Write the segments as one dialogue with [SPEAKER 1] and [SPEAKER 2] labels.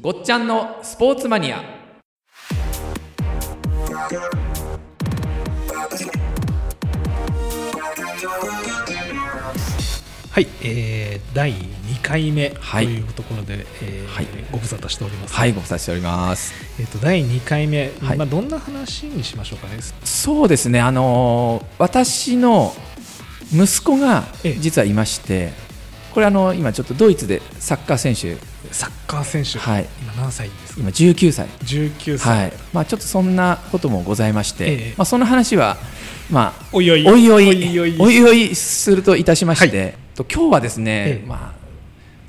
[SPEAKER 1] ごっちゃんのスポーツマニア
[SPEAKER 2] はい、えー、第2回目と
[SPEAKER 1] はい
[SPEAKER 2] いうところで、えー
[SPEAKER 1] はい
[SPEAKER 2] ご無沙汰しております、
[SPEAKER 1] はいご無沙汰しております
[SPEAKER 2] えー、と第2回目、
[SPEAKER 1] はい
[SPEAKER 2] まあ、どんな話にしましょうかね、
[SPEAKER 1] そうですねあのー私の息子が
[SPEAKER 2] ええ
[SPEAKER 1] 実はいましてこれあの今ちょっとドイツでサッカー選手
[SPEAKER 2] サッカー選手、
[SPEAKER 1] はい
[SPEAKER 2] 今、何歳ですか、
[SPEAKER 1] 今19歳
[SPEAKER 2] 19
[SPEAKER 1] は
[SPEAKER 2] 歳、
[SPEAKER 1] いまあ、ちょっとそんなこともございまして、
[SPEAKER 2] ええ
[SPEAKER 1] まあ、その話は、まあ、
[SPEAKER 2] おいおい
[SPEAKER 1] おいおい
[SPEAKER 2] おいおい
[SPEAKER 1] おいおいするといたしまして、と今日はですね
[SPEAKER 2] え、え
[SPEAKER 1] ま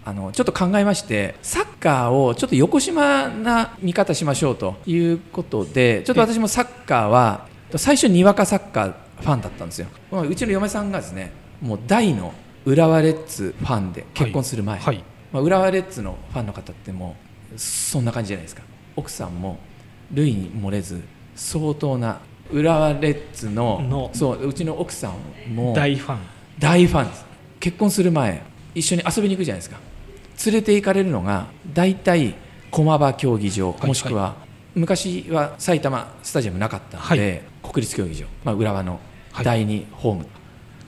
[SPEAKER 1] あ、あのちょっと考えましてサッカーをちょっと横島な見方しましょうということでちょっと私もサッカーは最初にわかサッカーファンだったんですよまあうちの嫁さんがですねもう大の浦和レッズファンで結婚する前、
[SPEAKER 2] はい、
[SPEAKER 1] まあ、浦和レッズのファンの方ってもうそんな感じじゃないですか奥さんも類に漏れず相当な浦和レッズの
[SPEAKER 2] の
[SPEAKER 1] そううちの奥さんも
[SPEAKER 2] 大ファン、
[SPEAKER 1] 大ファンです結婚する前一緒に遊びに行くじゃないですか連れて行かれるのが大体駒場競技場
[SPEAKER 2] い
[SPEAKER 1] もしくは、昔は埼玉スタジアムなかったので、国立競技場、まあ、浦和の
[SPEAKER 2] はい
[SPEAKER 1] 第2ホーム、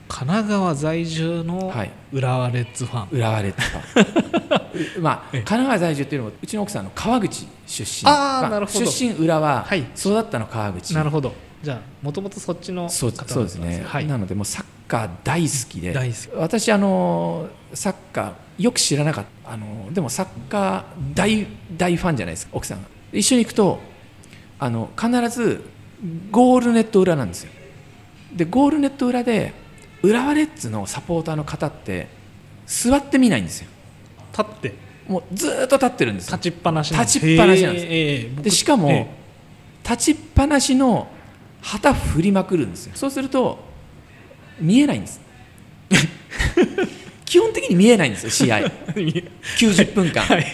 [SPEAKER 2] 神奈川在住の
[SPEAKER 1] はい
[SPEAKER 2] 浦和レッズファン、
[SPEAKER 1] 浦和レッズと まあ、
[SPEAKER 2] ええ
[SPEAKER 1] 神奈川在住っていうのもうちの奥さんの川口出身
[SPEAKER 2] あー
[SPEAKER 1] ま
[SPEAKER 2] なるほど
[SPEAKER 1] 出身浦和、
[SPEAKER 2] はい
[SPEAKER 1] 育ったの川口
[SPEAKER 2] なるほど、じゃあ、もともとそっちの方
[SPEAKER 1] そう
[SPEAKER 2] だったん
[SPEAKER 1] そうですね、
[SPEAKER 2] はい、
[SPEAKER 1] なのでもうサッカー大好きで
[SPEAKER 2] 大好き
[SPEAKER 1] 私あのサッカーよく知らなかったあのでもサッカー大大ファンじゃないですか奥さんが一緒に行くとあの必ずゴールネット裏なんですよでゴールネット裏で浦和レッズのサポーターの方って座ってみないんですよ
[SPEAKER 2] 立って、
[SPEAKER 1] もうずーっと立ってるんですよ
[SPEAKER 2] 立ちっぱなしなん
[SPEAKER 1] 立ちっぱなしなんです
[SPEAKER 2] へーえー僕
[SPEAKER 1] でしかも、
[SPEAKER 2] え
[SPEAKER 1] 立ちっぱなしの旗振りまくるんですよそうすると見えないんです 基本的に見えないんですよ試合
[SPEAKER 2] ー
[SPEAKER 1] 90分間、
[SPEAKER 2] はい、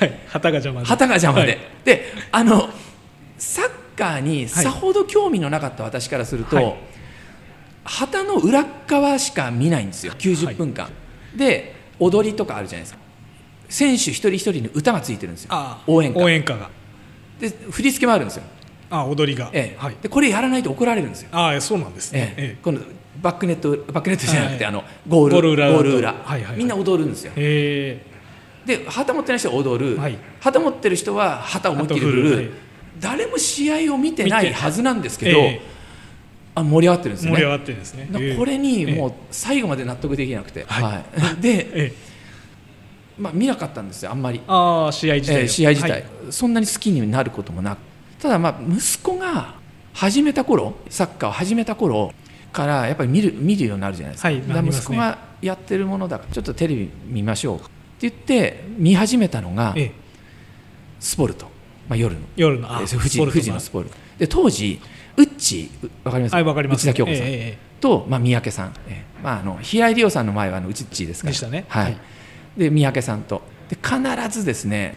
[SPEAKER 2] はい、旗が邪魔で
[SPEAKER 1] 旗が邪魔で、
[SPEAKER 2] はい
[SPEAKER 1] であのサッカーにさほど興味のなかった私からすると、
[SPEAKER 2] はい
[SPEAKER 1] 旗の裏っ側しか見ないんですよ90分間、で踊りとかあるじゃないですか選手一人一人に歌がついてるんですよ
[SPEAKER 2] あー
[SPEAKER 1] 応援歌
[SPEAKER 2] 応援歌が
[SPEAKER 1] で振り付けもあるんですよ
[SPEAKER 2] あー踊りが、
[SPEAKER 1] ええ
[SPEAKER 2] はい、
[SPEAKER 1] でこれやらないと怒られるんですよ、
[SPEAKER 2] ああそうなんです
[SPEAKER 1] え
[SPEAKER 2] ね、
[SPEAKER 1] え
[SPEAKER 2] え
[SPEAKER 1] このバックネットバックネットじゃなくて、
[SPEAKER 2] はい
[SPEAKER 1] あのゴール
[SPEAKER 2] ゴール裏だと
[SPEAKER 1] ゴール裏
[SPEAKER 2] はいはいはい
[SPEAKER 1] みんな踊るんですよ
[SPEAKER 2] えへえ
[SPEAKER 1] で旗持ってない人は踊る、
[SPEAKER 2] はい
[SPEAKER 1] 旗持ってる人は旗を思いっきり振
[SPEAKER 2] 旗
[SPEAKER 1] る、
[SPEAKER 2] 振るはい
[SPEAKER 1] 誰も試合を見てな
[SPEAKER 2] 見
[SPEAKER 1] い
[SPEAKER 2] て
[SPEAKER 1] はずなんですけど、
[SPEAKER 2] え
[SPEAKER 1] あ盛り上がってるん
[SPEAKER 2] え
[SPEAKER 1] ですよ
[SPEAKER 2] 盛り上
[SPEAKER 1] ね
[SPEAKER 2] がってですね、
[SPEAKER 1] だか
[SPEAKER 2] え
[SPEAKER 1] ら
[SPEAKER 2] え
[SPEAKER 1] これにも
[SPEAKER 2] え
[SPEAKER 1] う最後まで納得できなくて、
[SPEAKER 2] はい
[SPEAKER 1] はいで、
[SPEAKER 2] えええ
[SPEAKER 1] まあ、見なかったんですよあんまり、
[SPEAKER 2] ああ試合自体を、
[SPEAKER 1] えー試合自体、
[SPEAKER 2] はい
[SPEAKER 1] そんなに好きになることもなくただまあ息子が始めた頃サッカーを始めた頃からやっぱり見る見るようになるじゃないですか,、
[SPEAKER 2] はい
[SPEAKER 1] だから
[SPEAKER 2] なりますね
[SPEAKER 1] 息子がやってるものだからちょっとテレビ見ましょうって言って見始めたのが
[SPEAKER 2] ええ
[SPEAKER 1] スポルト、まあ、夜の
[SPEAKER 2] 夜のあ
[SPEAKER 1] え
[SPEAKER 2] あ
[SPEAKER 1] ー富士富士のスポルトで当時ウッチーわかります
[SPEAKER 2] はいわかります
[SPEAKER 1] 内田京子さん、
[SPEAKER 2] ええええ
[SPEAKER 1] と、まあ、三宅さん、えーまあ、あの平井理央さんの前はあのうちっちですから
[SPEAKER 2] でしたね
[SPEAKER 1] はい
[SPEAKER 2] はい
[SPEAKER 1] で三宅さんとで必ずですね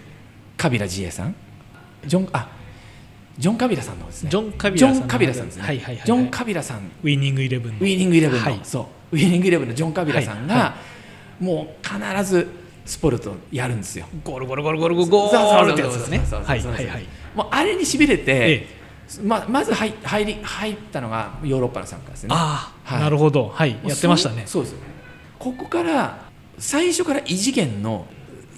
[SPEAKER 1] カビラ自衛さんジョンあジョン・カビラさんの方ですね
[SPEAKER 2] ジョンカビラさん
[SPEAKER 1] ジ
[SPEAKER 2] の
[SPEAKER 1] ョンカビラさんですね、
[SPEAKER 2] はいはいはい
[SPEAKER 1] ジョン・カビラさん
[SPEAKER 2] ウィニングイレブン
[SPEAKER 1] ウィーニングイレブンの、
[SPEAKER 2] はい
[SPEAKER 1] そうウィーニングイレブンのジョン・カビラさんが、
[SPEAKER 2] はい
[SPEAKER 1] もう必ずスポルトやるんですよ
[SPEAKER 2] ゴルゴルゴルゴルゴルゴールってやつですね
[SPEAKER 1] そうそうそうそう
[SPEAKER 2] はいはいはい
[SPEAKER 1] もうあれにしびれて
[SPEAKER 2] え、
[SPEAKER 1] ままず入入り入ったのがヨーロッパの参加ですね
[SPEAKER 2] ああ、
[SPEAKER 1] はい
[SPEAKER 2] なるほどはい
[SPEAKER 1] もう
[SPEAKER 2] やってましたね
[SPEAKER 1] そうそうですここから最初から異次元の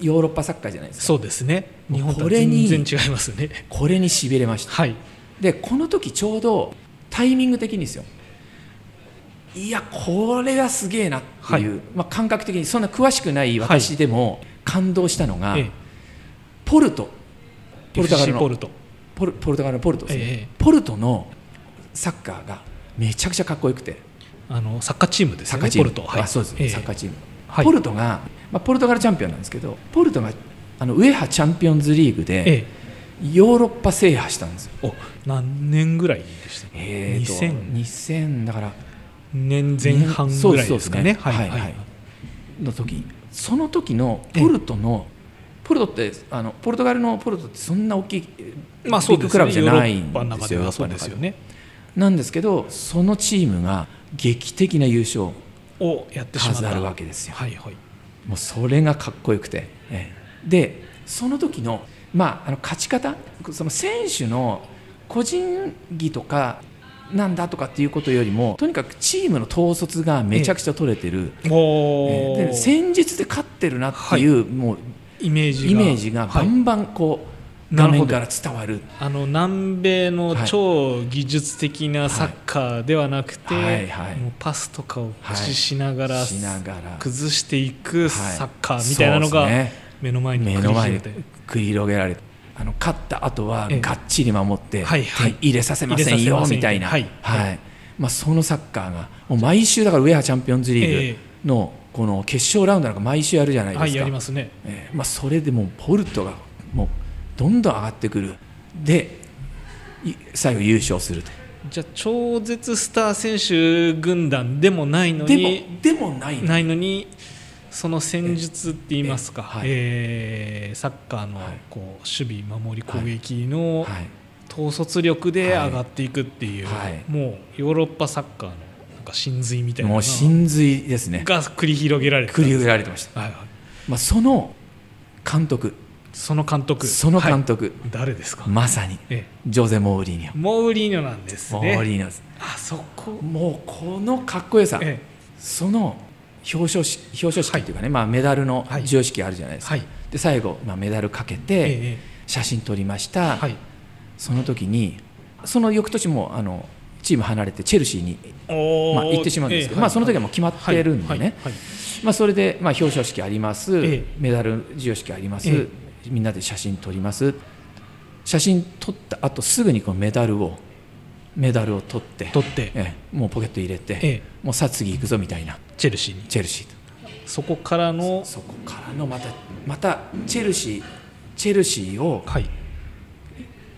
[SPEAKER 1] ヨーロッパサッカーじゃないですか
[SPEAKER 2] そうですね日本と
[SPEAKER 1] こ
[SPEAKER 2] は
[SPEAKER 1] れに
[SPEAKER 2] 全然違いますね
[SPEAKER 1] これにしびれました
[SPEAKER 2] はい
[SPEAKER 1] でこの時ちょうどタイミング的にですよいやこれはすげえなっていう、まあ、感覚的にそんな詳しくない私でも感動したのが、
[SPEAKER 2] ええ
[SPEAKER 1] ポルトポルトガル
[SPEAKER 2] FC
[SPEAKER 1] の
[SPEAKER 2] ポルト
[SPEAKER 1] ポルポルトガルのポルトですね、
[SPEAKER 2] ええ
[SPEAKER 1] ポルトのサッカーがめちゃくちゃかっこよくて
[SPEAKER 2] あのサッカーチームです
[SPEAKER 1] サ
[SPEAKER 2] よ
[SPEAKER 1] ッカー
[SPEAKER 2] ね
[SPEAKER 1] チー
[SPEAKER 2] ポ
[SPEAKER 1] ム
[SPEAKER 2] ルトはい
[SPEAKER 1] あそうです、
[SPEAKER 2] ええ
[SPEAKER 1] サッカーチーム、
[SPEAKER 2] はい
[SPEAKER 1] ポルトが、まあ、ポルトガルチャンピオンなんですけどポルトがあのウェハチャンピオンズリーグで
[SPEAKER 2] ええ
[SPEAKER 1] ヨーロッパ制覇したんですよ、
[SPEAKER 2] お何年ぐらいでしたっけ、
[SPEAKER 1] えーと
[SPEAKER 2] 2000
[SPEAKER 1] 2000だから
[SPEAKER 2] 年前半ぐらいです
[SPEAKER 1] そうそうで
[SPEAKER 2] かね
[SPEAKER 1] すねはいはいの時その時のポルトのポルトってあのポルトガルのポルトってそんな大きい
[SPEAKER 2] まあそう
[SPEAKER 1] ビッ
[SPEAKER 2] で
[SPEAKER 1] グ
[SPEAKER 2] す
[SPEAKER 1] ク
[SPEAKER 2] ね
[SPEAKER 1] ラブじゃないん
[SPEAKER 2] ヨーロッパの
[SPEAKER 1] で
[SPEAKER 2] 中
[SPEAKER 1] す
[SPEAKER 2] で
[SPEAKER 1] よ
[SPEAKER 2] はそうですよね
[SPEAKER 1] なんですけどそのチームが劇的な優勝を
[SPEAKER 2] をやってしまった
[SPEAKER 1] 飾るわけですよ
[SPEAKER 2] はいはい
[SPEAKER 1] もうそれがかっこよくて、ええでその時の,、まあ、あの勝ち方その選手の個人技とかなんだとかっていうことよりもとにかくチームの統率がめちゃくちゃ取れてる、
[SPEAKER 2] おー
[SPEAKER 1] で戦術で勝ってるなっていう,、もう
[SPEAKER 2] イメージが
[SPEAKER 1] イメージがバ
[SPEAKER 2] はい
[SPEAKER 1] ンバンこう、
[SPEAKER 2] な
[SPEAKER 1] 画
[SPEAKER 2] るほど
[SPEAKER 1] 面から伝わる。
[SPEAKER 2] あの南米の超技術的なサッカーではなくて、
[SPEAKER 1] はいはい
[SPEAKER 2] もうパスとかを駆使しながら、
[SPEAKER 1] しながら
[SPEAKER 2] 崩していくサッカ
[SPEAKER 1] はい
[SPEAKER 2] ーみたいなのが
[SPEAKER 1] そうですね
[SPEAKER 2] 目の前に
[SPEAKER 1] 目
[SPEAKER 2] 繰り
[SPEAKER 1] の
[SPEAKER 2] 広
[SPEAKER 1] 前
[SPEAKER 2] げ
[SPEAKER 1] に
[SPEAKER 2] て
[SPEAKER 1] 繰り広げられてあの勝った後は
[SPEAKER 2] ええ
[SPEAKER 1] がっちり守って、
[SPEAKER 2] はいはい
[SPEAKER 1] 手入れさせません
[SPEAKER 2] 入れさせ
[SPEAKER 1] よ
[SPEAKER 2] ませんよ
[SPEAKER 1] みたいな、
[SPEAKER 2] はい
[SPEAKER 1] はいまあ、そのサッカーがもう毎週だからウェアチャンピオンズリ
[SPEAKER 2] え
[SPEAKER 1] ー
[SPEAKER 2] え
[SPEAKER 1] グのこの決勝ラウンドなんか毎週やるじゃないですか、
[SPEAKER 2] はいやりますね
[SPEAKER 1] えーまあ、それでもうポルトがもうどんどん上がってくるでい最後優勝すると
[SPEAKER 2] じゃあ超絶スター選手軍団でもないの
[SPEAKER 1] で
[SPEAKER 2] に
[SPEAKER 1] もでもないの
[SPEAKER 2] ないのにその戦術って言いますか、
[SPEAKER 1] ええはい
[SPEAKER 2] えーサッカーの
[SPEAKER 1] はい
[SPEAKER 2] こう守備守り攻撃の
[SPEAKER 1] はい
[SPEAKER 2] 統率力で上がっていくっていう、
[SPEAKER 1] はい
[SPEAKER 2] もうヨーロッパサッカーのなんか真髄みたいなの
[SPEAKER 1] もう
[SPEAKER 2] が
[SPEAKER 1] 真髄ですね
[SPEAKER 2] が繰り広げられてた
[SPEAKER 1] 繰
[SPEAKER 2] ん
[SPEAKER 1] り
[SPEAKER 2] です
[SPEAKER 1] 上げられてました、
[SPEAKER 2] はいはい、
[SPEAKER 1] まあ、その監督
[SPEAKER 2] その監督
[SPEAKER 1] その監
[SPEAKER 2] はい
[SPEAKER 1] 督、
[SPEAKER 2] 誰ですか、
[SPEAKER 1] まさに
[SPEAKER 2] え
[SPEAKER 1] ジョゼ・モーリーニョ
[SPEAKER 2] え、モーリーニョなんですね
[SPEAKER 1] モーリーニョです
[SPEAKER 2] あそこ、
[SPEAKER 1] もうこのかっこよさ、
[SPEAKER 2] え
[SPEAKER 1] その表彰式表彰式っていうかね、まあ、メダルの
[SPEAKER 2] はい
[SPEAKER 1] 授与式あるじゃない
[SPEAKER 2] え、
[SPEAKER 1] ですか、
[SPEAKER 2] はい、
[SPEAKER 1] で最後、まあ、メダルかけ
[SPEAKER 2] ええ
[SPEAKER 1] て
[SPEAKER 2] え
[SPEAKER 1] 写真撮りまし
[SPEAKER 2] え
[SPEAKER 1] た、
[SPEAKER 2] はい、
[SPEAKER 1] その時にその翌年もあのチーム離れてチェルシーに、
[SPEAKER 2] おー
[SPEAKER 1] まあ、行ってしまうんですけど、まあ、その時はもう決まってるんでね、
[SPEAKER 2] はいはいはい
[SPEAKER 1] まあ、それで、まあ、表彰式あります、
[SPEAKER 2] ええ
[SPEAKER 1] メダル授与式あります、
[SPEAKER 2] え
[SPEAKER 1] みんなで写真撮ります写真撮った後すぐにこのメダルをメダルを取って
[SPEAKER 2] 取って、
[SPEAKER 1] ええもうポケット入れて、
[SPEAKER 2] ええ
[SPEAKER 1] もうさあ次行くぞみたいな
[SPEAKER 2] チェルシーに
[SPEAKER 1] チェルシーと
[SPEAKER 2] そこからの
[SPEAKER 1] そこからのまたまたチェルシーチェルシーを
[SPEAKER 2] はい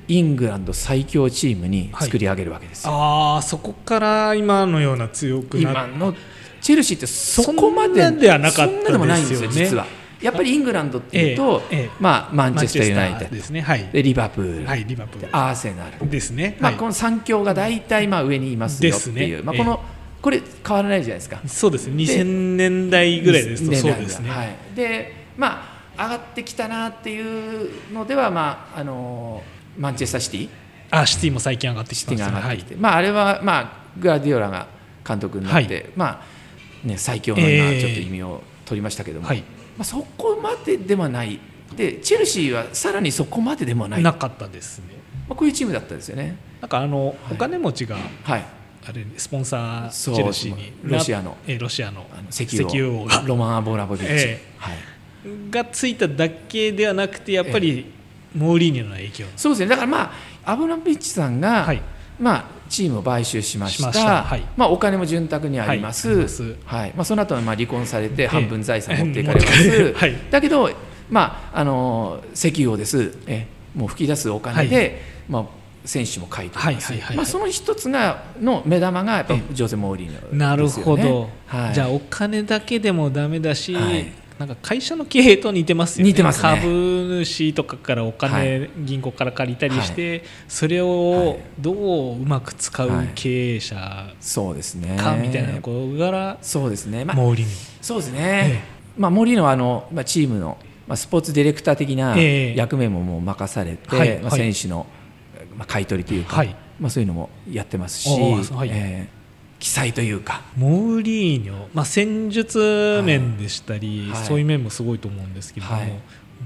[SPEAKER 1] イングランド最強チームに作り上げるわけですよ、
[SPEAKER 2] ああそこから今のような強くな
[SPEAKER 1] 今のチェルシーってそこまで
[SPEAKER 2] そんなではなかった
[SPEAKER 1] そんなでもないんですよ
[SPEAKER 2] ですよね
[SPEAKER 1] 実はやっぱりイングランドっていうと、
[SPEAKER 2] ええええ
[SPEAKER 1] まあ、マンチェスター・ユ
[SPEAKER 2] マ
[SPEAKER 1] ナ
[SPEAKER 2] ンチェ
[SPEAKER 1] イテッド
[SPEAKER 2] ですねはい
[SPEAKER 1] でリバプール、
[SPEAKER 2] はいリバプー
[SPEAKER 1] アーセナル、
[SPEAKER 2] ルですね
[SPEAKER 1] まあ、
[SPEAKER 2] はい
[SPEAKER 1] この3強が大体まあ上にいますよって
[SPEAKER 2] で
[SPEAKER 1] い
[SPEAKER 2] す
[SPEAKER 1] う、
[SPEAKER 2] ね
[SPEAKER 1] まあ、このこれ変わらないじゃないですか
[SPEAKER 2] そうですね2000年代ぐらいですと
[SPEAKER 1] 年
[SPEAKER 2] そ
[SPEAKER 1] 代
[SPEAKER 2] うですね、
[SPEAKER 1] はい、でまあ上がってきたなっていうのでは、まあ、あのマンチェスターシティ
[SPEAKER 2] あシティも最近上がってき
[SPEAKER 1] シ
[SPEAKER 2] て
[SPEAKER 1] ティ
[SPEAKER 2] ます
[SPEAKER 1] が上
[SPEAKER 2] ね
[SPEAKER 1] がっ
[SPEAKER 2] は
[SPEAKER 1] て
[SPEAKER 2] い
[SPEAKER 1] きて、まあ、あれは、まあ、グラディオラが監督になって、まあね、最強の
[SPEAKER 2] ええ
[SPEAKER 1] 今ちょっと意味を取りましたけども、
[SPEAKER 2] はい
[SPEAKER 1] まあ、そこまでではないでチェルシーはさらにそこまででもない、ま
[SPEAKER 2] なかったですね
[SPEAKER 1] あ、こういうチームだったですよね。
[SPEAKER 2] なんかあの、お金持ちが
[SPEAKER 1] はい
[SPEAKER 2] あれスポンサーチ
[SPEAKER 1] そう
[SPEAKER 2] ェルシーにな
[SPEAKER 1] ロシアの
[SPEAKER 2] えーロシアの
[SPEAKER 1] あの石
[SPEAKER 2] 石
[SPEAKER 1] 油
[SPEAKER 2] 油
[SPEAKER 1] 王
[SPEAKER 2] 王が
[SPEAKER 1] ロマン・アボラボビッチ、
[SPEAKER 2] ええ
[SPEAKER 1] はい、
[SPEAKER 2] がついただけではなくてやっぱりモーリーニョの影響
[SPEAKER 1] そうですねだからまあアボラボビッチさんが、
[SPEAKER 2] はい
[SPEAKER 1] まあ、チームを買収しました
[SPEAKER 2] しましたはい
[SPEAKER 1] まあ、お金も潤沢にあります,、
[SPEAKER 2] はい
[SPEAKER 1] は
[SPEAKER 2] あ
[SPEAKER 1] い
[SPEAKER 2] ります
[SPEAKER 1] まあ、その後はまあ離婚されて半分財産持っていかれ
[SPEAKER 2] え
[SPEAKER 1] ま
[SPEAKER 2] えうん持っ
[SPEAKER 1] す、
[SPEAKER 2] てかれるはい
[SPEAKER 1] だけど、まあ、あの石油王ですええもう吹き出すお金で、
[SPEAKER 2] は
[SPEAKER 1] まあ、選手も買い取ります
[SPEAKER 2] はいはいはいはい
[SPEAKER 1] まあその一つがの目玉がやっぱジョゼ・モーリーニョですよね
[SPEAKER 2] なるほど、
[SPEAKER 1] はい、
[SPEAKER 2] じゃあお金だけでもダメだし、
[SPEAKER 1] はい
[SPEAKER 2] なんか会社の経営と似てますよね
[SPEAKER 1] 似てますね
[SPEAKER 2] 株主とかからお金、
[SPEAKER 1] は
[SPEAKER 2] 銀行から借りたりして、それ
[SPEAKER 1] は
[SPEAKER 2] を
[SPEAKER 1] い
[SPEAKER 2] どううまく使う経営者
[SPEAKER 1] そうですね
[SPEAKER 2] かみたいなところから、
[SPEAKER 1] そうですね、まあ、
[SPEAKER 2] モーリーニ
[SPEAKER 1] そうです
[SPEAKER 2] え
[SPEAKER 1] ね、まあ、森のあの、まあ、チームの、まあ、スポーツディレクター的な
[SPEAKER 2] ええ
[SPEAKER 1] 役目ももう任されて、
[SPEAKER 2] はい
[SPEAKER 1] まあ、
[SPEAKER 2] は
[SPEAKER 1] 選
[SPEAKER 2] い
[SPEAKER 1] 手の、まあ、買い取りというか、
[SPEAKER 2] はい
[SPEAKER 1] まあ、そういうのもやってますし、
[SPEAKER 2] おーはい
[SPEAKER 1] えー記載というか、
[SPEAKER 2] ョモーリーニョ、まあ、戦術面でしたり、
[SPEAKER 1] はい
[SPEAKER 2] そういう面もすごいと思うんですけれども、
[SPEAKER 1] はい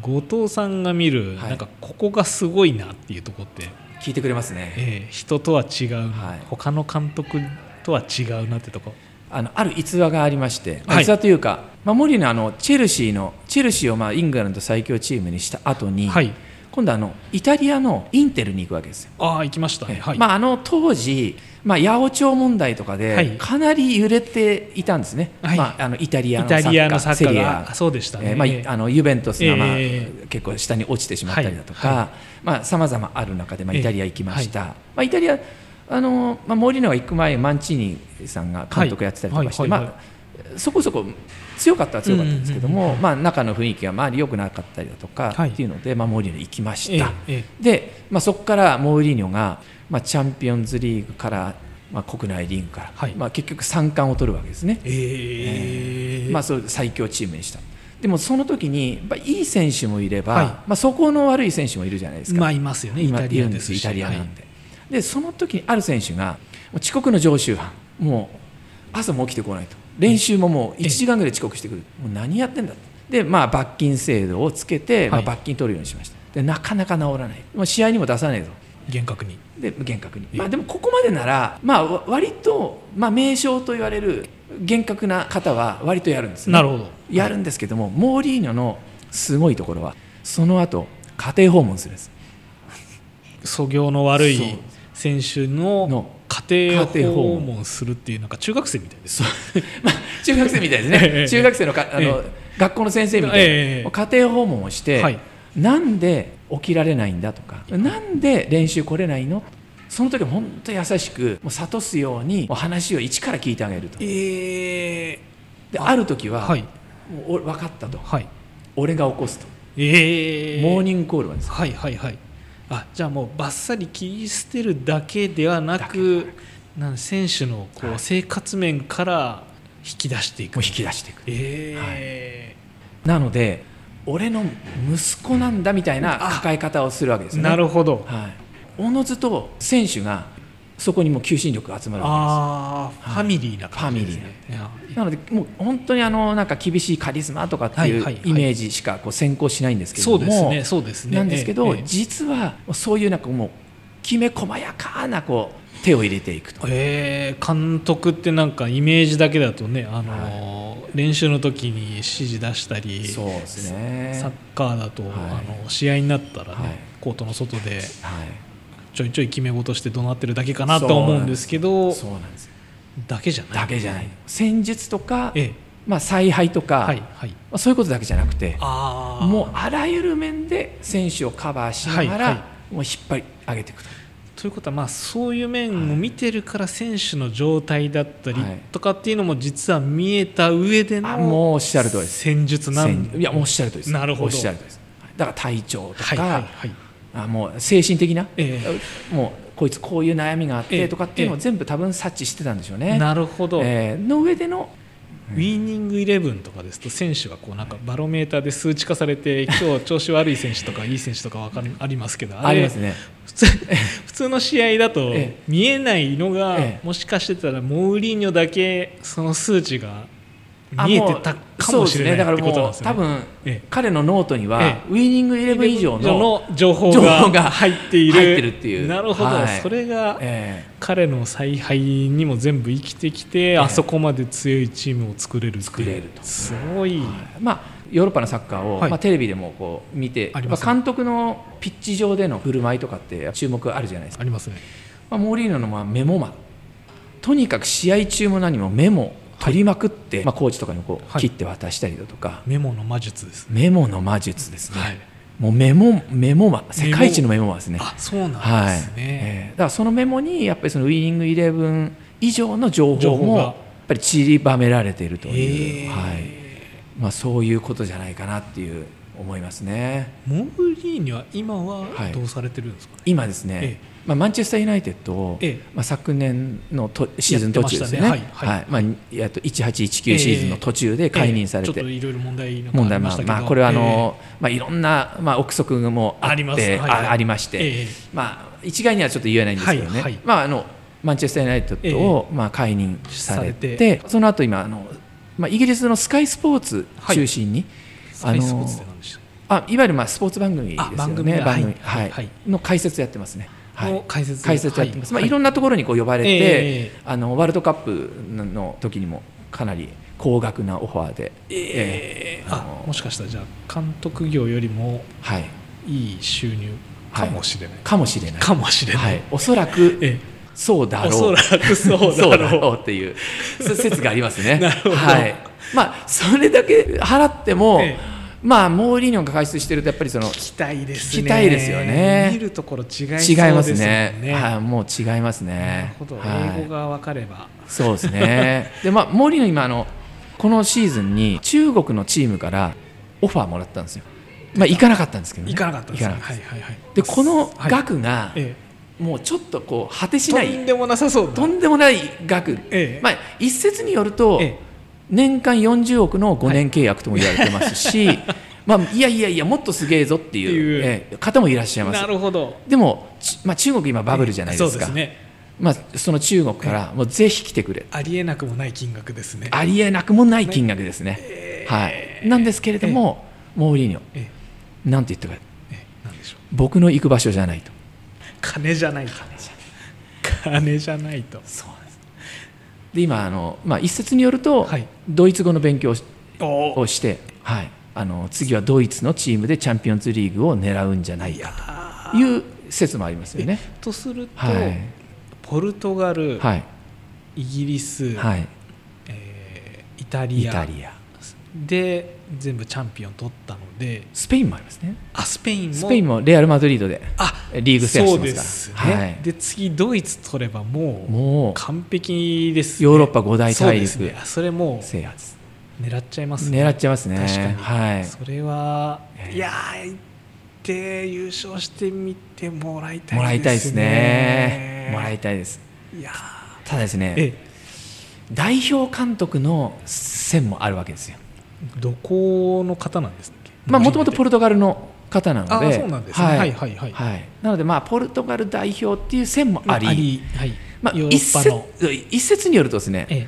[SPEAKER 2] 後藤さんが見る、
[SPEAKER 1] はい
[SPEAKER 2] なんかここがすごいなっていうところって
[SPEAKER 1] 聞いてくれますね、
[SPEAKER 2] ええ人とは違う、
[SPEAKER 1] はい
[SPEAKER 2] 他の監督とは違うなってとこ
[SPEAKER 1] あのある逸話がありまして、まあ
[SPEAKER 2] はい
[SPEAKER 1] 逸話というか、まあ、森のあのチェルシーのチェルシーをまあイングランド最強チームにした後に、
[SPEAKER 2] はい
[SPEAKER 1] 今度あの、イタリアのインテルに行くわけですよ。
[SPEAKER 2] ああ行きましたね、はい
[SPEAKER 1] まあ、あの当時、まあ、八百長問題とか
[SPEAKER 2] は
[SPEAKER 1] で
[SPEAKER 2] い
[SPEAKER 1] かなり揺れていたんですね、
[SPEAKER 2] はい
[SPEAKER 1] まあ、あのイタリア
[SPEAKER 2] イ
[SPEAKER 1] のサッ
[SPEAKER 2] タ
[SPEAKER 1] カー
[SPEAKER 2] リアのサッカ
[SPEAKER 1] セ
[SPEAKER 2] ー
[SPEAKER 1] リ
[SPEAKER 2] が
[SPEAKER 1] ア
[SPEAKER 2] あそうでしたね、
[SPEAKER 1] えーまあ、あのユベントスが、まあ
[SPEAKER 2] え
[SPEAKER 1] 結構下に落ちてしまったりだと
[SPEAKER 2] はい
[SPEAKER 1] かさまざ、まある中で、まあ、
[SPEAKER 2] ええ
[SPEAKER 1] イタリア行きました、まあ、イタリアあの、まあ、モーリーノが行く前マンチーニさんが監督やってたりとかして、
[SPEAKER 2] はいはいはい
[SPEAKER 1] まあ、そこそこ強かったは強かったんですけども、
[SPEAKER 2] うんうんうん
[SPEAKER 1] まあ、中の雰囲気があまり良くなかったりだとか、
[SPEAKER 2] はい
[SPEAKER 1] っていうので、まあ、モーリーノ行きま
[SPEAKER 2] え
[SPEAKER 1] し
[SPEAKER 2] え
[SPEAKER 1] た。
[SPEAKER 2] ええ
[SPEAKER 1] で、まあ、そこからモーリーニョが、まあ、チャンピオンズリーグから、まあ、国内リーグから、
[SPEAKER 2] はい
[SPEAKER 1] まあ、結局3冠を取るわけですね、
[SPEAKER 2] ええ
[SPEAKER 1] まあ、そう最強チームにしたでもその時に、まあ、いい選手もいれば、
[SPEAKER 2] はい
[SPEAKER 1] まあ、そこの悪い選手もいるじゃないですか、
[SPEAKER 2] まあいますよねイ
[SPEAKER 1] 今
[SPEAKER 2] タリアで
[SPEAKER 1] いるんです
[SPEAKER 2] す
[SPEAKER 1] よイ
[SPEAKER 2] し
[SPEAKER 1] タリアな
[SPEAKER 2] はい
[SPEAKER 1] んで,、でその時にある選手がもう遅刻の常習犯もう朝も起きてこないと練習ももう1時間ぐらい遅刻してくるもう何やってんだで、まあ、罰金制度をつけて、まあ、
[SPEAKER 2] はい
[SPEAKER 1] 罰金取るようにしましたでなかなか治らないもう試合にも出さないぞ
[SPEAKER 2] 厳格に
[SPEAKER 1] で厳格に、
[SPEAKER 2] ええ
[SPEAKER 1] まあ、でもここまでなら、まあ、わ割と、まあ、名将と言われる厳格な方は割とやるんですね
[SPEAKER 2] なるほど
[SPEAKER 1] やるんですけども、モーリーニョのすごいところはその後家庭訪問するんです
[SPEAKER 2] 素行の悪い
[SPEAKER 1] そう
[SPEAKER 2] 選手の
[SPEAKER 1] の
[SPEAKER 2] 家庭
[SPEAKER 1] 家庭訪
[SPEAKER 2] 訪問するっていうなんか中学生みたいです
[SPEAKER 1] まあ、中学生みたいですね、
[SPEAKER 2] ええ
[SPEAKER 1] 中学生のかあの、
[SPEAKER 2] え
[SPEAKER 1] 学校の先生みたいな、
[SPEAKER 2] ええええ
[SPEAKER 1] 家庭訪問をして、
[SPEAKER 2] はい
[SPEAKER 1] なんで起きられないんだとかなんで練習来れないのその時も本当に優しくもう諭すようにもう話を一から聞いてあげると
[SPEAKER 2] え
[SPEAKER 1] である時は、
[SPEAKER 2] はい
[SPEAKER 1] もうお分かったと
[SPEAKER 2] はい
[SPEAKER 1] 俺が起こすと、
[SPEAKER 2] ええ
[SPEAKER 1] モーニングコールはです
[SPEAKER 2] はいはいはいあじゃあもうばっさり切り捨てるだけではなくなん選手のこ
[SPEAKER 1] は
[SPEAKER 2] う
[SPEAKER 1] い
[SPEAKER 2] 生活面から引き出していく
[SPEAKER 1] もう引き出していく
[SPEAKER 2] え
[SPEAKER 1] なので俺の息子なんだみたいな抱え方をするわけです
[SPEAKER 2] え
[SPEAKER 1] よね
[SPEAKER 2] なるほど
[SPEAKER 1] はい、おのずと選手がそこにもう求心力が集まるわ
[SPEAKER 2] ああファミリーな感じですね
[SPEAKER 1] けですなのでもう本当にあのなんか厳しいカリスマとかってい
[SPEAKER 2] はいはいうはい
[SPEAKER 1] イメージしかこう先行しないんですけれ
[SPEAKER 2] そ
[SPEAKER 1] ど
[SPEAKER 2] うです
[SPEAKER 1] も
[SPEAKER 2] ねそうですね
[SPEAKER 1] なんですけど
[SPEAKER 2] えええ
[SPEAKER 1] 実はそういうなんかもうきめ細やかなこう手を入れていくと
[SPEAKER 2] ええ監督ってなんかイメージだけだとね、あのー練習の時に指示出したり
[SPEAKER 1] そうですね
[SPEAKER 2] サッカーだと、
[SPEAKER 1] はい
[SPEAKER 2] あの試合になったら、ね
[SPEAKER 1] はい
[SPEAKER 2] コートの外で
[SPEAKER 1] はい
[SPEAKER 2] ちょいちょい決め事して怒鳴ってるだけかなとは思うんですけど
[SPEAKER 1] そうなんですよ
[SPEAKER 2] だけじゃない
[SPEAKER 1] だけじゃない戦術とか、
[SPEAKER 2] ええ
[SPEAKER 1] まあ、采配とか、
[SPEAKER 2] はい
[SPEAKER 1] ま
[SPEAKER 2] はい
[SPEAKER 1] あ、そういうことだけじゃなくて
[SPEAKER 2] ああ
[SPEAKER 1] もうあらゆる面で選手をカバーしながら、
[SPEAKER 2] はいは
[SPEAKER 1] もう引っ張り上げていくと
[SPEAKER 2] ということはまあそういう面を見てるから選手の状態だったり
[SPEAKER 1] はい
[SPEAKER 2] とかっていうのも実は見えた上で
[SPEAKER 1] あも
[SPEAKER 2] の
[SPEAKER 1] うおっしゃる通りです
[SPEAKER 2] 戦術なん
[SPEAKER 1] 戦いやもうおっしゃる通りです
[SPEAKER 2] なるほど
[SPEAKER 1] おっしゃる通りですだから体調とか、
[SPEAKER 2] はいはいはい
[SPEAKER 1] あもう精神的な、
[SPEAKER 2] え
[SPEAKER 1] もうこいつこういう悩みがあっ
[SPEAKER 2] え
[SPEAKER 1] て
[SPEAKER 2] え
[SPEAKER 1] とかっていうのを
[SPEAKER 2] ええ
[SPEAKER 1] 全部多分察知してたんでしょうね、
[SPEAKER 2] なるほど、
[SPEAKER 1] えーの上での
[SPEAKER 2] ウィーニングイレブンとかですと選手がこうなんかバロメーターで数値化されて今日調子悪い選手とかいい選手とかわかるありますけど
[SPEAKER 1] あ
[SPEAKER 2] れ
[SPEAKER 1] りますね
[SPEAKER 2] 普通普通の試合だと
[SPEAKER 1] ええ
[SPEAKER 2] 見えないのが、
[SPEAKER 1] ええ
[SPEAKER 2] もしかしてたらモーリーニョだけその数値が見えてたかもしれ
[SPEAKER 1] あ
[SPEAKER 2] な
[SPEAKER 1] も
[SPEAKER 2] いうっ
[SPEAKER 1] そ
[SPEAKER 2] て
[SPEAKER 1] うですねだから
[SPEAKER 2] ことな
[SPEAKER 1] もう
[SPEAKER 2] んですよね。
[SPEAKER 1] 多分、
[SPEAKER 2] ええ
[SPEAKER 1] 彼のノートには、
[SPEAKER 2] え
[SPEAKER 1] ウィニングイレブン以上の、
[SPEAKER 2] 情報
[SPEAKER 1] 情報が
[SPEAKER 2] が入っている
[SPEAKER 1] 入ってるっていう
[SPEAKER 2] なるほど、
[SPEAKER 1] はい
[SPEAKER 2] それが
[SPEAKER 1] え
[SPEAKER 2] 彼の采配にも全部生きてきて、あそこまで強いチームを作れるっていう
[SPEAKER 1] 作れると
[SPEAKER 2] すごい、
[SPEAKER 1] ーまあ、ヨーロッパのサッカーを、
[SPEAKER 2] はい
[SPEAKER 1] まあ、テレビでもこう見て、
[SPEAKER 2] あり
[SPEAKER 1] ま
[SPEAKER 2] ま
[SPEAKER 1] あ、
[SPEAKER 2] すね
[SPEAKER 1] 監督のピッチ上での振る舞いとかって注目あるじゃないですか
[SPEAKER 2] ありますね
[SPEAKER 1] まあ、モーリーノのまあメモマンとにかく試合中も何もメモ取りまくって、まあ、コーチとかにこう
[SPEAKER 2] はい
[SPEAKER 1] 切って渡したりだとか、
[SPEAKER 2] メモの魔術ですね
[SPEAKER 1] メモの魔術ですね、
[SPEAKER 2] はい
[SPEAKER 1] もうメモメモマン世界一のメモマンですね
[SPEAKER 2] あそうなん
[SPEAKER 1] は
[SPEAKER 2] で
[SPEAKER 1] い
[SPEAKER 2] すね、
[SPEAKER 1] えーだからそのメモにやっぱりそのウィニングイレブン以上の情報
[SPEAKER 2] 情報
[SPEAKER 1] も
[SPEAKER 2] が
[SPEAKER 1] やっぱり散りばめられているという、
[SPEAKER 2] えー
[SPEAKER 1] はいまあ、そういうことじゃないかなっていう思いますね
[SPEAKER 2] モーリーニョは今
[SPEAKER 1] は
[SPEAKER 2] はいどうされてるんですかね、
[SPEAKER 1] 今ですね、
[SPEAKER 2] ええ
[SPEAKER 1] まあ、マンチェスターユナイテッドを、
[SPEAKER 2] ええ
[SPEAKER 1] まあ、昨年のとシーズン途中ですよね
[SPEAKER 2] やってましたねはい
[SPEAKER 1] はいまあやっと1819シーズンの途中で解任されて、
[SPEAKER 2] ええちょっといろいろ問題なんか
[SPEAKER 1] 問題
[SPEAKER 2] あり
[SPEAKER 1] も
[SPEAKER 2] ま
[SPEAKER 1] あ
[SPEAKER 2] したけど
[SPEAKER 1] まあ、これはあの、まあ、いろんな、まあ、憶測もあって
[SPEAKER 2] ありますはいはい
[SPEAKER 1] あありまし
[SPEAKER 2] え
[SPEAKER 1] て、
[SPEAKER 2] ええ
[SPEAKER 1] まあ、一概にはちょっと言えないんですけどね、
[SPEAKER 2] はいはい
[SPEAKER 1] まあ、あのマンチェスター・ユナイテッドを、まあ、解任されて
[SPEAKER 2] され
[SPEAKER 1] その後今あの、まあ、イギリスのスカイスポーツ中心に、
[SPEAKER 2] えスカイスポーツって何でしたっ
[SPEAKER 1] あいわゆるまあスポーツ番組ですよね
[SPEAKER 2] あ番組だ
[SPEAKER 1] は
[SPEAKER 2] はいいはい
[SPEAKER 1] の解説やってますね、
[SPEAKER 2] け、
[SPEAKER 1] はい
[SPEAKER 2] の解説
[SPEAKER 1] 解説やってます、
[SPEAKER 2] はい
[SPEAKER 1] まあ、いろんなところにこう呼ばれて、
[SPEAKER 2] ええ
[SPEAKER 1] あのワールドカップの時にもかなり高額なオファーで、ええあ
[SPEAKER 2] あ
[SPEAKER 1] の
[SPEAKER 2] もしかしたらじゃあ監督業よりも
[SPEAKER 1] はい、
[SPEAKER 2] いい収入かもしれない、
[SPEAKER 1] かもしれない、
[SPEAKER 2] かもしれな、
[SPEAKER 1] はいい、おそらく
[SPEAKER 2] え
[SPEAKER 1] そうだ
[SPEAKER 2] え、お
[SPEAKER 1] ろ
[SPEAKER 2] そうらくそう
[SPEAKER 1] そう
[SPEAKER 2] だ
[SPEAKER 1] だ
[SPEAKER 2] ろう
[SPEAKER 1] ろうっていうせ 説がありますね。
[SPEAKER 2] なるほど
[SPEAKER 1] はい。まあそれだけ払っても、
[SPEAKER 2] ええ
[SPEAKER 1] まあモーリーニョンが解説してるとやっぱりその
[SPEAKER 2] 聞きたいです
[SPEAKER 1] 聞
[SPEAKER 2] ね
[SPEAKER 1] きたいですよね
[SPEAKER 2] 見るところ違いそうです
[SPEAKER 1] 違い
[SPEAKER 2] もんね
[SPEAKER 1] ますね。はい、
[SPEAKER 2] な
[SPEAKER 1] もう違います
[SPEAKER 2] る
[SPEAKER 1] ね。
[SPEAKER 2] ほど、
[SPEAKER 1] はい
[SPEAKER 2] 英語が分かれば
[SPEAKER 1] そうですね。でまあモーリーニョン今あのこのシーズンに中国のチームからオファーもらったんですよ。まあ行かなかったんですけどね。
[SPEAKER 2] いかなかったですね
[SPEAKER 1] 行かなか
[SPEAKER 2] はいはいはい
[SPEAKER 1] でこの額が、
[SPEAKER 2] え
[SPEAKER 1] もうちょっとこう果て
[SPEAKER 2] え
[SPEAKER 1] し
[SPEAKER 2] と
[SPEAKER 1] なんい
[SPEAKER 2] でもなさそうだ
[SPEAKER 1] とんでもない額、
[SPEAKER 2] ええ
[SPEAKER 1] まあ一説によると、
[SPEAKER 2] ええ
[SPEAKER 1] 年間40億の5年契約とも言われてますし、 まあ、いやいやいやもっとすげえぞっていう
[SPEAKER 2] っていう
[SPEAKER 1] ええ方もいらっしゃいます
[SPEAKER 2] なるほど
[SPEAKER 1] でも、ちまあ、中国今バブルじゃないです
[SPEAKER 2] そう
[SPEAKER 1] か、
[SPEAKER 2] ですね
[SPEAKER 1] まあ、その中国からもうぜひ来てくれ
[SPEAKER 2] ありえなくもない金額ですね
[SPEAKER 1] ありえなくもない金額ですね、はい、なんですけれども、モーリーニョ
[SPEAKER 2] え
[SPEAKER 1] なんて言ったか
[SPEAKER 2] えなんでしょう
[SPEAKER 1] 僕の行く場所じゃないと
[SPEAKER 2] 金じゃない金じゃない金じゃないとそうです
[SPEAKER 1] で今あの、まあ、一説によると、
[SPEAKER 2] はい
[SPEAKER 1] ドイツ語の勉強をし
[SPEAKER 2] お
[SPEAKER 1] をして、はい、あの次はドイツのチームでチャンピオンズリーグを狙うんじゃないか
[SPEAKER 2] あ
[SPEAKER 1] という説もありますよね。
[SPEAKER 2] とすると、
[SPEAKER 1] はい
[SPEAKER 2] ポルトガル、
[SPEAKER 1] はい
[SPEAKER 2] イギリス、
[SPEAKER 1] はい、
[SPEAKER 2] えーイタリ
[SPEAKER 1] イ
[SPEAKER 2] ア
[SPEAKER 1] タリア
[SPEAKER 2] で全部チャンピオン取ったので
[SPEAKER 1] スペインもありますね
[SPEAKER 2] あスペインも
[SPEAKER 1] スペインもレアル・マドリードで
[SPEAKER 2] あ
[SPEAKER 1] リーグ制覇
[SPEAKER 2] そう
[SPEAKER 1] して
[SPEAKER 2] で
[SPEAKER 1] ます
[SPEAKER 2] す
[SPEAKER 1] か
[SPEAKER 2] ね、
[SPEAKER 1] らはい、
[SPEAKER 2] で次ドイツ取ればもう
[SPEAKER 1] もう
[SPEAKER 2] 完璧です、ね、
[SPEAKER 1] ヨーロッパ五大大陸
[SPEAKER 2] そうですねあそれも
[SPEAKER 1] 制覇です
[SPEAKER 2] う狙っちゃいますね
[SPEAKER 1] 狙っちゃいますね
[SPEAKER 2] 確かに、
[SPEAKER 1] はい、
[SPEAKER 2] それは、
[SPEAKER 1] ええ
[SPEAKER 2] いやー行って優勝してみてもらいたいですね
[SPEAKER 1] もらいたいですねもらいたいです
[SPEAKER 2] いや
[SPEAKER 1] ただです
[SPEAKER 2] ーえ
[SPEAKER 1] ね代表監督の線もあるわけですよ
[SPEAKER 2] どこの方なんですっけ
[SPEAKER 1] まあもともとポ
[SPEAKER 2] ル
[SPEAKER 1] ルトガルの方なの
[SPEAKER 2] あー
[SPEAKER 1] で
[SPEAKER 2] そうなんですねはいはいはい
[SPEAKER 1] はいなのでまあポルトガル代表っていう線もあり、
[SPEAKER 2] はい
[SPEAKER 1] まあ、
[SPEAKER 2] ヨーロ
[SPEAKER 1] 一
[SPEAKER 2] ッパ
[SPEAKER 1] 説
[SPEAKER 2] の
[SPEAKER 1] 一説によるとですね
[SPEAKER 2] え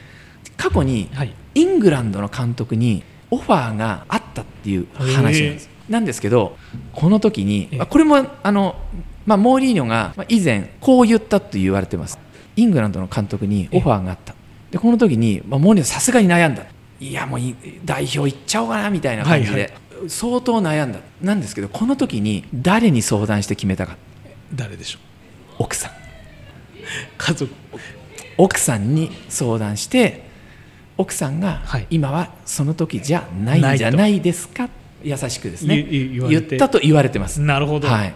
[SPEAKER 1] 過去に
[SPEAKER 2] えはい
[SPEAKER 1] イングランドの監督にオファーがあったっていう話なんです。なんですけどこの時に
[SPEAKER 2] ええ
[SPEAKER 1] まあこれもあの、まあ、モーリーニョがまあ以前こう言ったと言われてますイングランドの監督にオファーがあったでこの時に、まあ、モーリーニョさすがに悩んだいやもうい代表行っちゃおうかなみたいな感じで、
[SPEAKER 2] はいはい
[SPEAKER 1] 相当悩んだなんですけどこの時に誰に相談して決めたか
[SPEAKER 2] 誰でしょう
[SPEAKER 1] 奥さん
[SPEAKER 2] 家族
[SPEAKER 1] 奥さんに相談して奥さんが
[SPEAKER 2] はい
[SPEAKER 1] 今はその時じゃないんじゃないですか優しくですね
[SPEAKER 2] ゆゆ言わ
[SPEAKER 1] 言
[SPEAKER 2] れ
[SPEAKER 1] ってたと言われてます、
[SPEAKER 2] なるほど、
[SPEAKER 1] はい、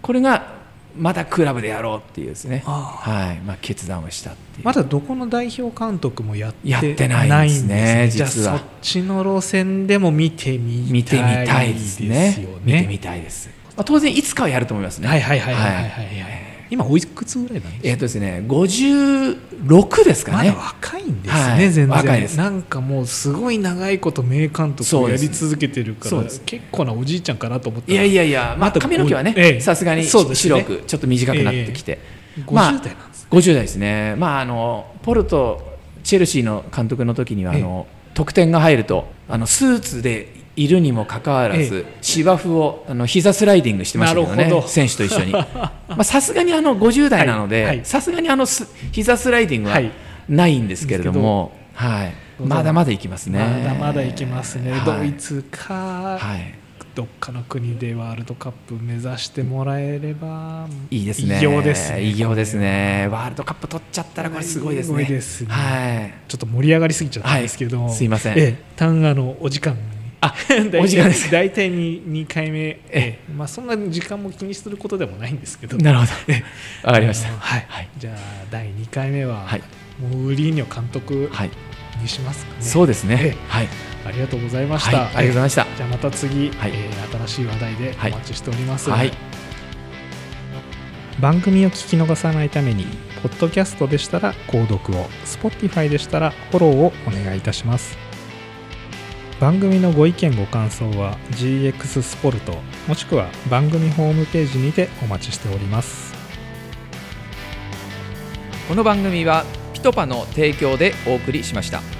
[SPEAKER 1] これがまだクラブでやろうっていうですね、
[SPEAKER 2] あ
[SPEAKER 1] はいまあ、決断をしたっていう
[SPEAKER 2] まだどこの代表監督もやって
[SPEAKER 1] やってない
[SPEAKER 2] なんい
[SPEAKER 1] で
[SPEAKER 2] ん
[SPEAKER 1] す
[SPEAKER 2] です
[SPEAKER 1] ね
[SPEAKER 2] ね
[SPEAKER 1] 実
[SPEAKER 2] じゃ
[SPEAKER 1] は
[SPEAKER 2] あそっちの路線でも見てみ
[SPEAKER 1] 見てみた
[SPEAKER 2] た
[SPEAKER 1] い
[SPEAKER 2] い
[SPEAKER 1] で
[SPEAKER 2] ですす
[SPEAKER 1] ね
[SPEAKER 2] よ
[SPEAKER 1] 見て
[SPEAKER 2] ね
[SPEAKER 1] みたいです、まあ、当然いつかはやると思いますね
[SPEAKER 2] はいはいはいはいはいはい、
[SPEAKER 1] は
[SPEAKER 2] はい
[SPEAKER 1] い
[SPEAKER 2] 今おいくつぐらいなんですか
[SPEAKER 1] えっ、とですね56ですか
[SPEAKER 2] ま
[SPEAKER 1] ね
[SPEAKER 2] だ若いんですね、
[SPEAKER 1] はい
[SPEAKER 2] 全然
[SPEAKER 1] 若いです
[SPEAKER 2] なんかもうすごい長いこと名監督
[SPEAKER 1] そう
[SPEAKER 2] を
[SPEAKER 1] で
[SPEAKER 2] や
[SPEAKER 1] す
[SPEAKER 2] り続けてるか
[SPEAKER 1] そう
[SPEAKER 2] ら
[SPEAKER 1] です
[SPEAKER 2] 結構なおじいちゃんかなと思った
[SPEAKER 1] い
[SPEAKER 2] ら
[SPEAKER 1] やいやいや、まあ、
[SPEAKER 2] まだ
[SPEAKER 1] 髪の毛は
[SPEAKER 2] え
[SPEAKER 1] ね
[SPEAKER 2] え
[SPEAKER 1] さすがに
[SPEAKER 2] そうですね
[SPEAKER 1] 白くちょっと短くなってきて、
[SPEAKER 2] 50
[SPEAKER 1] まあ
[SPEAKER 2] 代なんですね、
[SPEAKER 1] 50代ですね、まあ、あのポルト、チェルシーの監督の時にはあの、得点が入るとあのスーツでいるにもかかわらず、芝生をあの膝スライディングしてましたけど
[SPEAKER 2] なるほ
[SPEAKER 1] ね、
[SPEAKER 2] ど
[SPEAKER 1] 選手と一 緒に。まあさすがにあの50代なの
[SPEAKER 2] はい
[SPEAKER 1] で
[SPEAKER 2] は、い
[SPEAKER 1] さすがにあのす膝スライディングは
[SPEAKER 2] はい
[SPEAKER 1] ないんですけれども、はい、
[SPEAKER 2] どうぞ
[SPEAKER 1] まだまだいきますね。
[SPEAKER 2] まだまだいけますね、
[SPEAKER 1] はい
[SPEAKER 2] ドイツか、
[SPEAKER 1] はい
[SPEAKER 2] どっかの国でワールドカップ目指してもらえれば
[SPEAKER 1] いいですね。
[SPEAKER 2] 偉業ですね
[SPEAKER 1] 偉業ですね。ワールドカップ取っちゃったらこれすごいですね。
[SPEAKER 2] すごいですね
[SPEAKER 1] はい。
[SPEAKER 2] ちょっと盛り上がりすぎちゃったんですけれども、
[SPEAKER 1] はいすいません
[SPEAKER 2] ええ、単あのお時間 あ
[SPEAKER 1] お時間です
[SPEAKER 2] 大体に2回目、え
[SPEAKER 1] え
[SPEAKER 2] えまあ、そんな時間も気にすることでもないんですけど
[SPEAKER 1] なるほど。わかりまし
[SPEAKER 2] あの
[SPEAKER 1] た。
[SPEAKER 2] はい、
[SPEAKER 1] はい
[SPEAKER 2] じゃあ第2回目は、
[SPEAKER 1] はい
[SPEAKER 2] モーリーニョ監督
[SPEAKER 1] はい。
[SPEAKER 2] にしますかね、
[SPEAKER 1] そうですね
[SPEAKER 2] え。
[SPEAKER 1] はい。
[SPEAKER 2] えありがとうございまし
[SPEAKER 1] はい。
[SPEAKER 2] た、
[SPEAKER 1] ありがとうございました。
[SPEAKER 2] じゃあまた次、
[SPEAKER 1] はい
[SPEAKER 2] えー新しい話題でお
[SPEAKER 1] はい
[SPEAKER 2] 待ちしております、
[SPEAKER 1] はい。
[SPEAKER 2] 番組を聞き逃さないためにポッドキャストでしたら購読を Spotify でしたらフォローをお願いいたします番組のご意見ご感想は GX スポルトもしくは番組ホームページにてお待ちしております
[SPEAKER 3] この番組はピトパの提供でお送りしました。